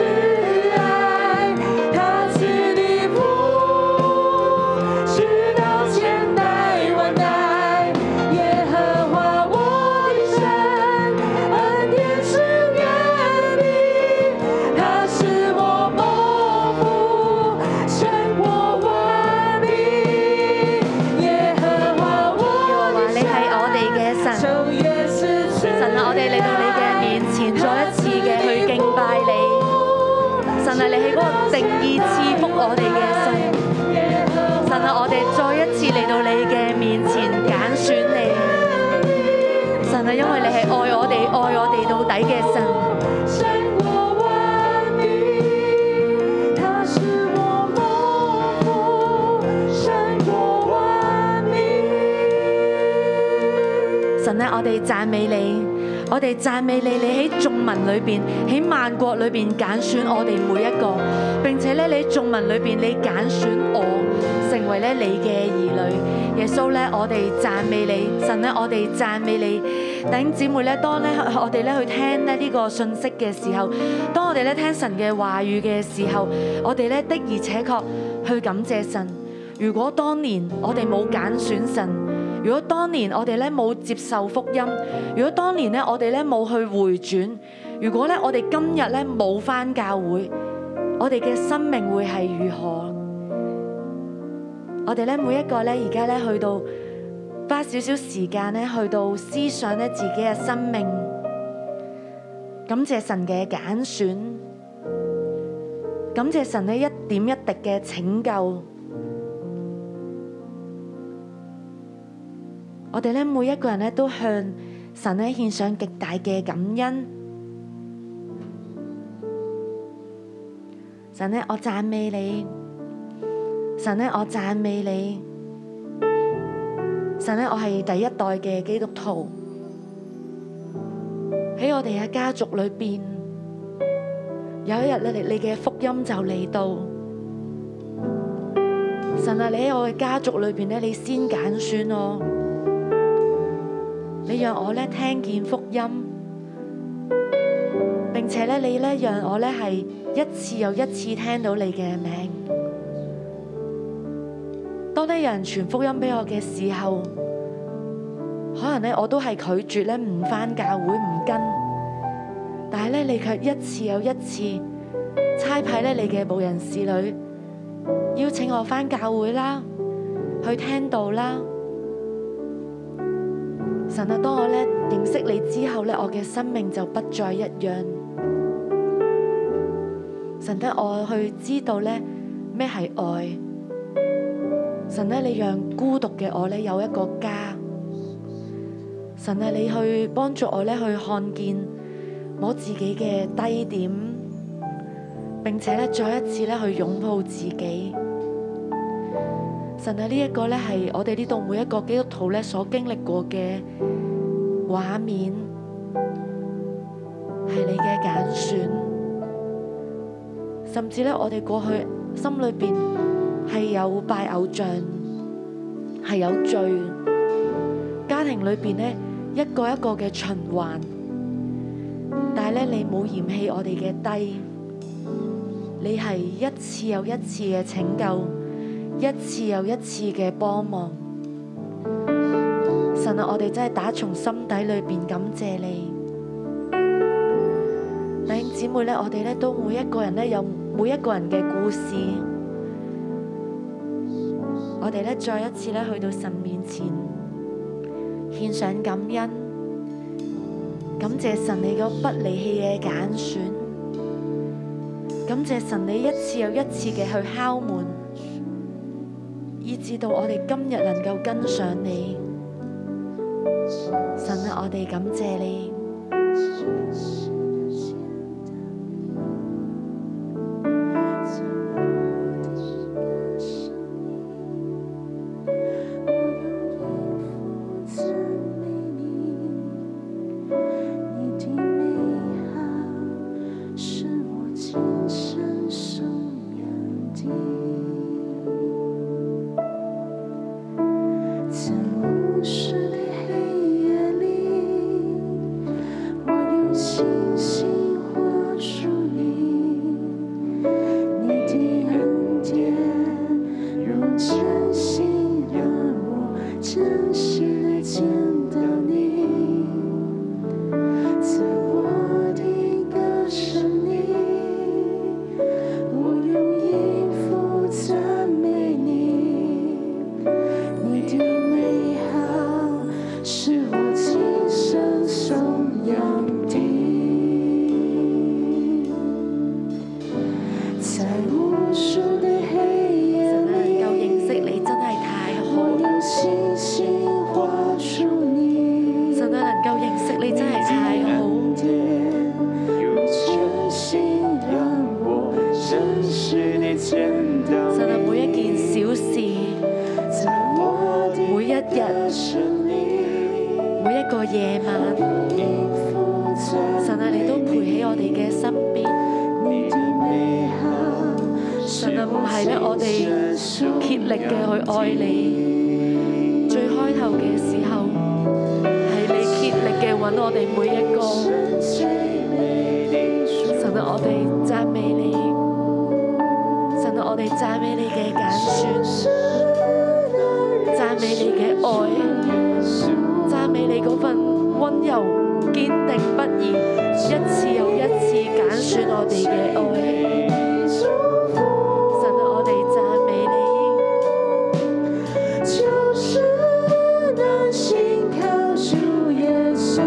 啊啊啊啊啊啊，我哋讚美你，我哋讚美你，你喺眾民裏邊，喺萬國裏邊揀選我哋每一個，並且咧你喺眾民裏邊你揀選我，成為咧你嘅兒女。耶穌咧，我哋讚美你，神咧，我哋讚美你。弟兄姊妹咧，當咧我哋咧去聽咧呢個信息嘅時候，當我哋咧聽神嘅話語嘅時候，我哋咧的而且確去感謝神。如果當年我哋冇揀選神，如果當年我哋咧冇接受福音，如果當年咧我哋咧冇去回轉，如果咧我哋今日咧冇返教會，我哋嘅生命會係如何？我哋咧每一個咧而家咧去到花少少時間咧去到思想咧自己嘅生命，感謝神嘅揀選，感謝神呢一點一滴嘅拯救。我哋咧每一個人咧都向神咧獻上極大嘅感恩。神咧，我讚美你。神咧，我讚美你。神咧，我係第一代嘅基督徒。喺我哋嘅家族裏邊，有一日咧，你你嘅福音就嚟到。神啊，你喺我嘅家族裏邊咧，你先揀選我。你讓我咧聽見福音，並且咧你咧讓我咧係一次又一次聽到你嘅名。當咧有人傳福音俾我嘅時候，可能咧我都係拒絕咧唔返教會唔跟，但係咧你卻一次又一次差派咧你嘅僕人侍女邀請我返教會啦，去聽道啦。神啊，當我咧認識你之後咧，我嘅生命就不再一樣。神得我去知道咧咩係愛。神咧，你讓孤獨嘅我咧有一個家。神啊，你去幫助我咧去看見我自己嘅低點，並且咧再一次咧去擁抱自己。神啊，呢一個咧係我哋呢度每一個基督徒咧所經歷過嘅畫面，係你嘅揀選，甚至咧我哋過去心裏邊係有拜偶像，係有罪，家庭裏邊咧一個一個嘅循環，但係咧你冇嫌棄我哋嘅低，你係一次又一次嘅拯救。一次又一次嘅幫忙，神啊，我哋真係打從心底裏邊感謝你。弟兄姊妹咧，我哋咧都每一個人咧有每一個人嘅故事，我哋咧再一次咧去到神面前，獻上感恩，感謝神你個不離棄嘅揀選，感謝神你一次又一次嘅去敲門。以至到我哋今日能夠跟上你，神啊，我哋感謝你。在无声的黑夜里，我用心。啊啊啊夜晚，神啊，你都陪喺我哋嘅身邊。神啊，唔係咧，我哋竭力嘅去愛你。最開頭嘅時候，係你竭力嘅揾我哋每一個。神啊，我哋讚美你。神啊，我哋讚美你嘅揀選，讚美你嘅愛。赞美你嗰份温柔、堅定不移，一次又一次揀選我哋嘅愛。神啊，我哋讚美你，就是能心靠主耶稣，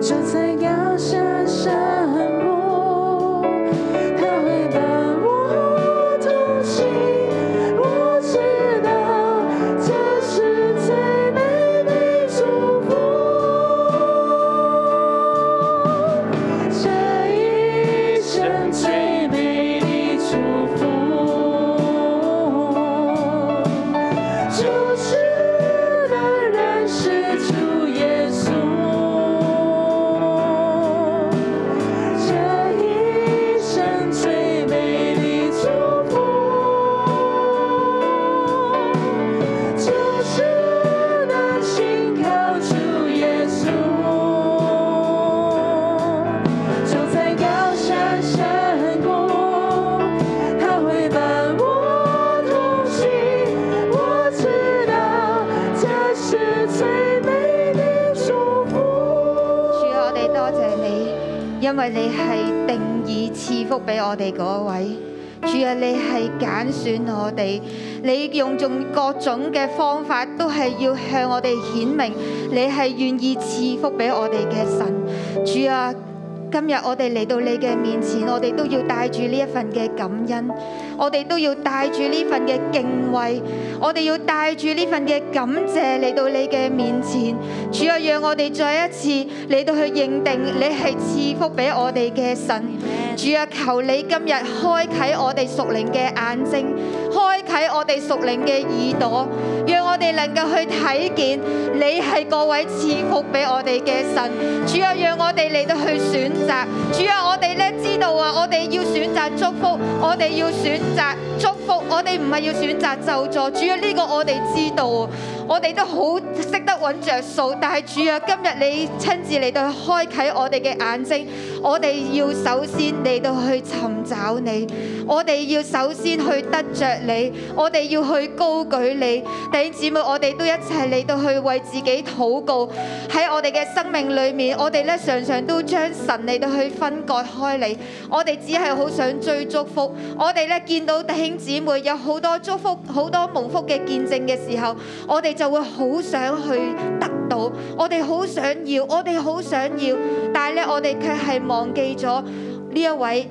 就在高山山谷，他会伴我同行。我知道这是最美的祝福。这一生最美的祝福，就是能认识主耶稣。这一生最美的祝福，就是能信靠主耶稣。就在高山山谷，他会伴我同行。我知道这是最美的祝福。主啊，我哋多謝你，因為你係定義賜福俾我哋嗰位。主啊，你係揀選我哋，你用盡各種嘅方法，都係要向我哋顯明，你係願意賜福俾我哋嘅神。主啊，今日我哋嚟到你嘅面前，我哋都要帶住呢一份嘅感恩，我哋都要帶住呢份嘅敬畏，我哋要帶住呢份嘅感謝嚟到你嘅面前。主啊，讓我哋再一次嚟到去認定你係賜福俾我哋嘅神。主啊，求你今日開啟我哋屬靈嘅眼睛，開啟我哋屬靈嘅耳朵，讓我哋能夠去睇見你係各位賜福俾我哋嘅神。主啊，讓我哋嚟到去選擇。主啊，我哋咧知道啊，我哋要選擇祝福，我哋要選擇祝福，我哋唔係要選擇咒詛。主啊，呢、個我哋知道啊，我哋都好識得揾着數。但係主啊，今日你親自嚟到去開啟我哋嘅眼睛，我哋要首先嚟到去尋找你，我哋要首先去得着你，我哋要去高舉你。弟兄姊妹，我哋都一齊嚟到去為自己禱告。喺我哋嘅生命裏面，我哋咧常常都將神嚟到去分割開嚟。我哋只係好想追祝福，我哋咧見到弟兄姊妹有好多祝福、好多蒙福嘅見證嘅時候，我哋就會好想去得到，我哋好想要，我哋好想要，但係咧我哋卻係忘記咗呢一位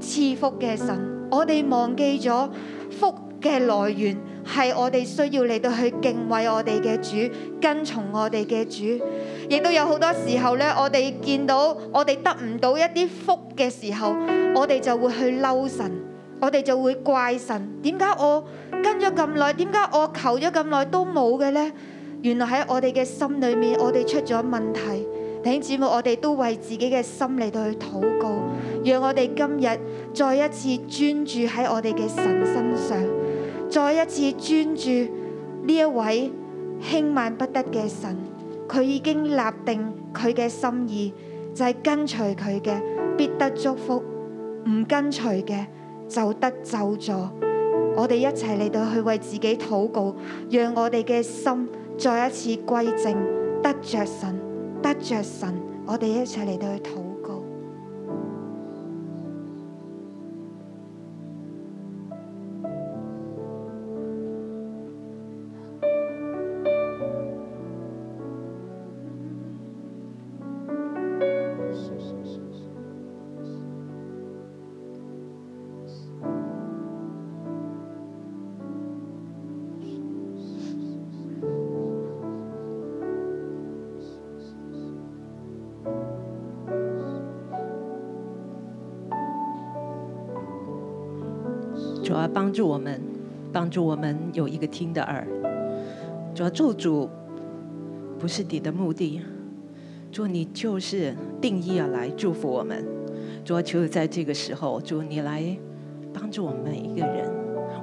賜福嘅神，我哋忘記咗福嘅來源係我哋需要嚟到去敬畏我哋嘅主，跟從我哋嘅主。亦都有好多時候咧，我哋見到我哋得唔到一啲福嘅時候，我哋就會去嬲神，我哋就會怪神。點解我跟咗咁耐，點解我求咗咁耐都冇嘅呢？原來喺我哋嘅心裏面，我哋出咗問題。弟兄姊妹，我哋都為自己嘅心嚟到去禱告，讓我哋今日再一次專注喺我哋嘅神身上，再一次專注呢一位輕慢不得嘅神。佢已經立定佢嘅心意，就係、跟隨佢嘅必得祝福，唔跟隨嘅就得咒詛。我哋一齊嚟到去為自己禱告，讓我哋嘅心再一次歸正，得着神，得着神。我哋一齊嚟到去禱告。主啊，帮助我们，帮助我们有一个听的耳，主要咒诅不是你的目的，主啊你就是定义而来祝福我们。主要求在这个时候，主啊你来帮助我们每一个人。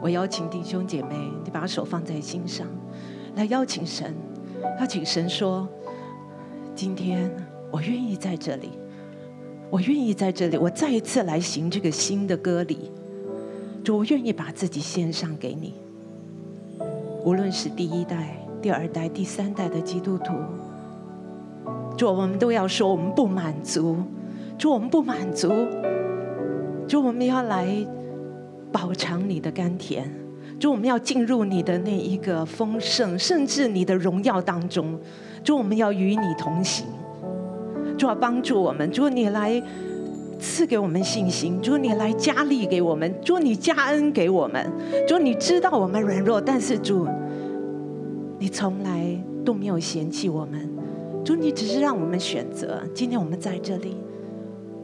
我邀请弟兄姐妹，你把手放在心上，来邀请神，邀请神说：今天我愿意在这里，我愿意在这里，我再一次来行这个新的割礼。主，我愿意把自己献上给你。无论是第一代、第二代、第三代的基督徒，主，我们都要说我们不满足，主，我们不满足，主，我们要来饱尝你的甘甜，主，我们要进入你的那一个丰盛，甚至你的荣耀当中，主，我们要与你同行，主要帮助我们，主，你来。赐给我们信心，主你来加力给我们，主你加恩给我们，主你知道我们软弱，但是主，你从来都没有嫌弃我们，主你只是让我们选择。今天我们在这里，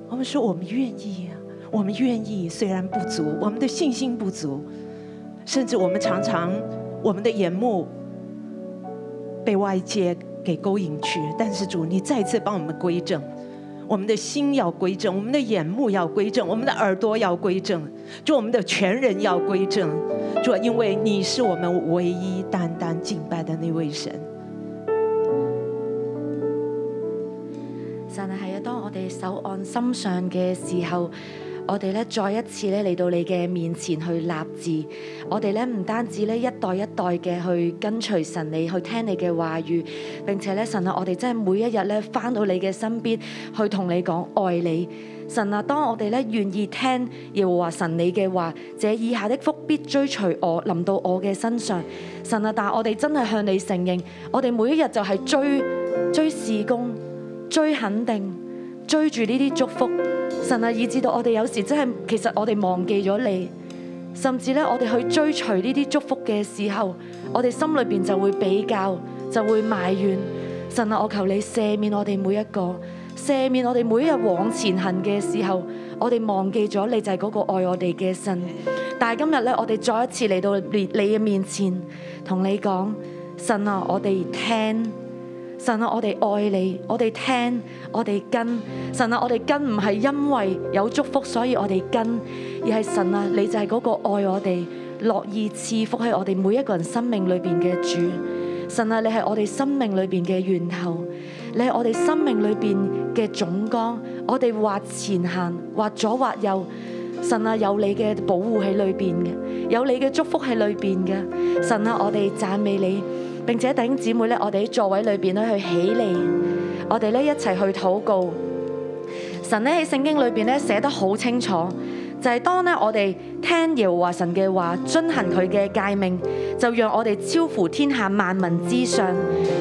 我们说我们愿意，我们愿意，虽然不足，我们的信心不足，甚至我们常常我们的眼目被外界给勾引去，但是主你再次帮我们归正。我们的心要归正，我们的眼目要归正，我们的耳朵要归正，就我们的全人要归正。主，啊因为你是我们唯一单单敬拜的那位神。神啊，係啊，當我哋手按心上嘅時候，我哋咧再一次咧嚟到你嘅面前去立志，我哋咧唔單止咧一代一代嘅去跟隨神你，去聽你嘅話語，並且咧神啊，我哋真係每一日咧翻到你嘅身邊，去同你講愛你。神啊，當我哋咧願意聽耶和華神你嘅話，這以下的福必追隨我，臨到我嘅身上。神啊，但係我哋真係向你承認，我哋每一日就係追追事工。追肯定，追住呢啲祝福，神啊，以至到我哋有時真係，其實我哋忘記咗你，甚至咧我哋去追隨呢啲祝福嘅時候，我哋心裏邊就會比較，就會埋怨。神啊，我求你赦免我哋每一個，赦免我哋每一日往前行嘅時候，我哋忘記咗你就係嗰個愛我哋嘅神。但係今日咧，我哋再一次嚟到你你嘅面前，同你講，神啊，我哋聽。神啊，我哋愛你，我哋聽，我哋跟。神啊，我哋跟唔係因為有祝福所以我哋跟，而係神啊，你就係嗰個愛我哋、樂意賜福喺我哋每一個人生命裏邊嘅主。神啊，你係我哋生命裏邊嘅源頭，你係我哋生命裏邊嘅總綱。我哋或前行，或左或右。神啊，有你嘅保護喺裏邊嘅，有你嘅祝福喺裏邊嘅。神啊，我哋讚美你，並且弟兄姊妹咧，我哋喺座位裏邊咧去起嚟，我哋咧一齊去禱告。神咧喺聖經裏邊咧寫得好清楚，就係、當咧我哋聽耶和華神嘅話，遵行佢嘅誡命，就讓我哋超乎天下萬民之上。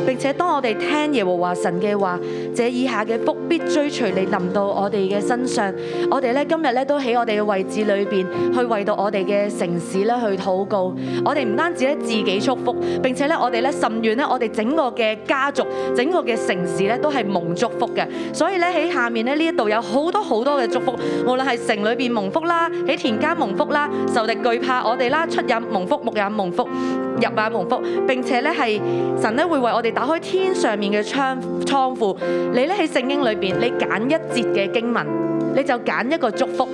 並且當我哋聽耶和華神嘅話，這以下嘅福必追隨你臨到我哋嘅身上。我哋咧今日咧都喺我哋嘅位置裏邊，去為到我哋嘅城市咧去禱告。我哋唔單止咧自己祝福，並且咧我哋咧甚願咧我哋整個嘅家族、整個嘅城市咧都係蒙祝福嘅。所以咧喺下面咧呢一度有好多好多嘅祝福，無論係城裏邊蒙福啦，喺田間蒙福啦，受敵懼怕我哋啦，出也蒙福，木也蒙福，入也蒙福。並且咧係神咧會為我哋打開天上面嘅窗倉庫。你咧喺聖經裏邊，你揀一節嘅經文，你就揀一個祝福。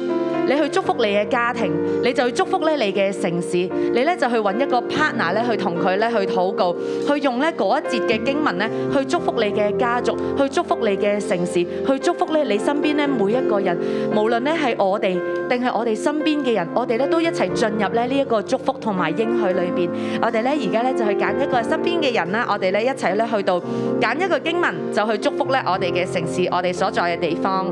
你去祝福你嘅家庭，你就去祝福咧你嘅城市，你咧就去揾一個 partner 咧去同佢咧去禱告，去用咧嗰一節嘅經文咧去祝福你嘅家族，去祝福你嘅城市，去祝福咧你身邊咧每一個人，無論咧係我哋定係我哋身邊嘅人，我哋咧都一齊進入咧呢一個祝福同埋應許裏邊。我哋咧而家咧就去揀一個身邊嘅人啦，我哋咧一齊咧去到揀一個經文就去祝福咧我哋嘅城市，我哋所在嘅地方。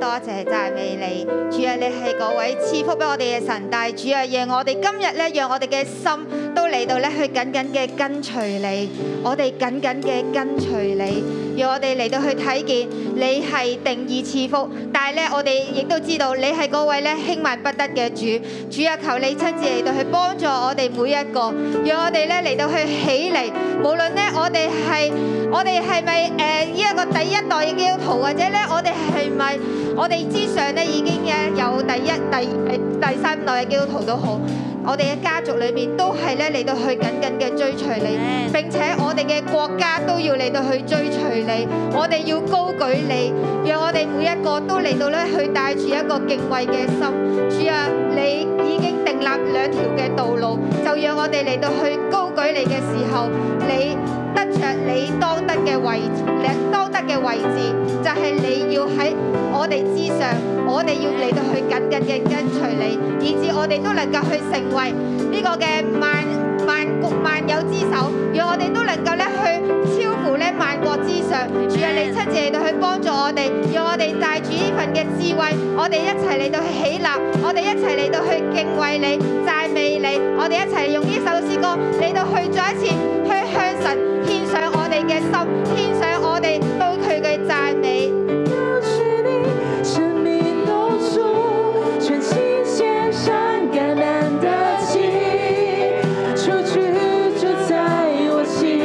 多謝讚美你，主啊，你係嗰位賜福俾我哋嘅神，但係主啊，讓我哋今日咧，讓我哋嘅心都嚟到咧去緊緊嘅跟隨你，我哋緊緊嘅跟隨你，讓我哋嚟到去睇見你係定義賜福，但係咧我哋亦都知道你係嗰位咧輕慢不得嘅主，主啊，求你親自嚟到去幫助我哋每一個，讓我哋咧嚟到去起嚟，無論咧我哋係我哋係咪誒呢一個第一代嘅基督徒，或者咧我哋係咪我哋之上咧已經嘅有第一、第第三代嘅基督徒都好，我哋嘅家族裏面都係咧嚟到去緊緊嘅追隨你，並且我哋嘅國家都要嚟到去追隨你，我哋要高舉你，讓我哋每一個都嚟到咧去帶住一個敬畏嘅心。主啊，你已經定立兩條嘅道路，就讓我哋嚟到去高舉你嘅時候，你得着你當得嘅位，你當得嘅位置，就係、你要喺我哋之上，我哋要嚟到去緊緊嘅跟隨你，以至我哋都能夠去成為呢個嘅萬萬國萬有之首，讓我哋都能夠咧去超乎咧萬國之上。主啊，你親自嚟到去幫助我哋，讓我哋帶住呢份嘅智慧，我哋一齊嚟到去起立，我哋一齊嚟到去敬畏你、讚美你，我哋一齊用呢首詩歌嚟到去再一次去向神獻上我哋嘅心，獻上我哋對佢嘅讚美。是你生命动作，全心献上感恩的心，出去住在我心，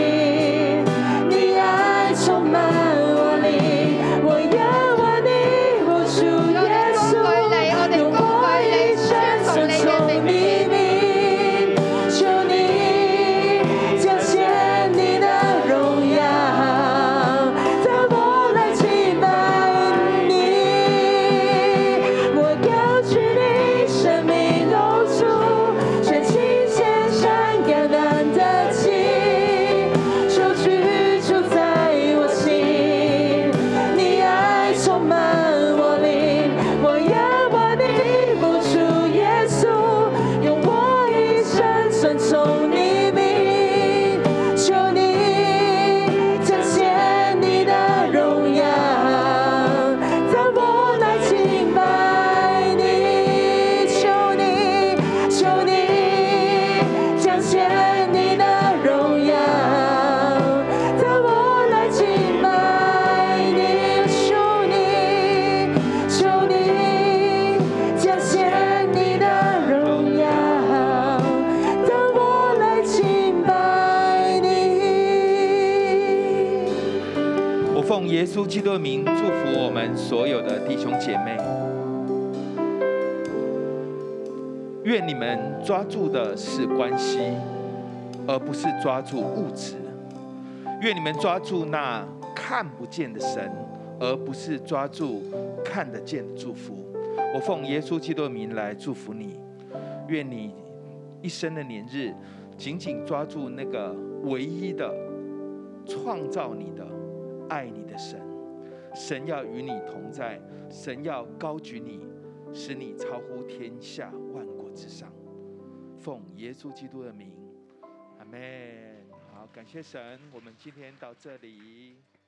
你爱充满我灵，我仰望你，我主耶稣，用我一生尊崇你名，求你彰显你的荣耀，当我来敬拜你，我高举你生命露出，全心献上感恩的心，求主住在我心，你爱充满我灵，我仰望你，不住耶稣，用我一生尊崇你名，求你彰显你的荣耀，当我来敬拜你，求你，求你彰显你的荣耀，当我来敬拜你，求你，求你彰显你的荣耀，当我来敬拜你。我奉耶稣基督的名祝福我们所有的弟兄姐妹。愿你们抓住的是关系，而不是抓住物质。愿你们抓住那看不见的神，而不是抓住看得见的祝福。我奉耶稣基督的名来祝福你。愿你一生的年日，紧紧抓住那个唯一的创造你的、爱你的神。神要与你同在，神要高举你，使你超乎天下万国之上。奉耶稣基督的名，阿门。好，感谢神，我们今天到这里。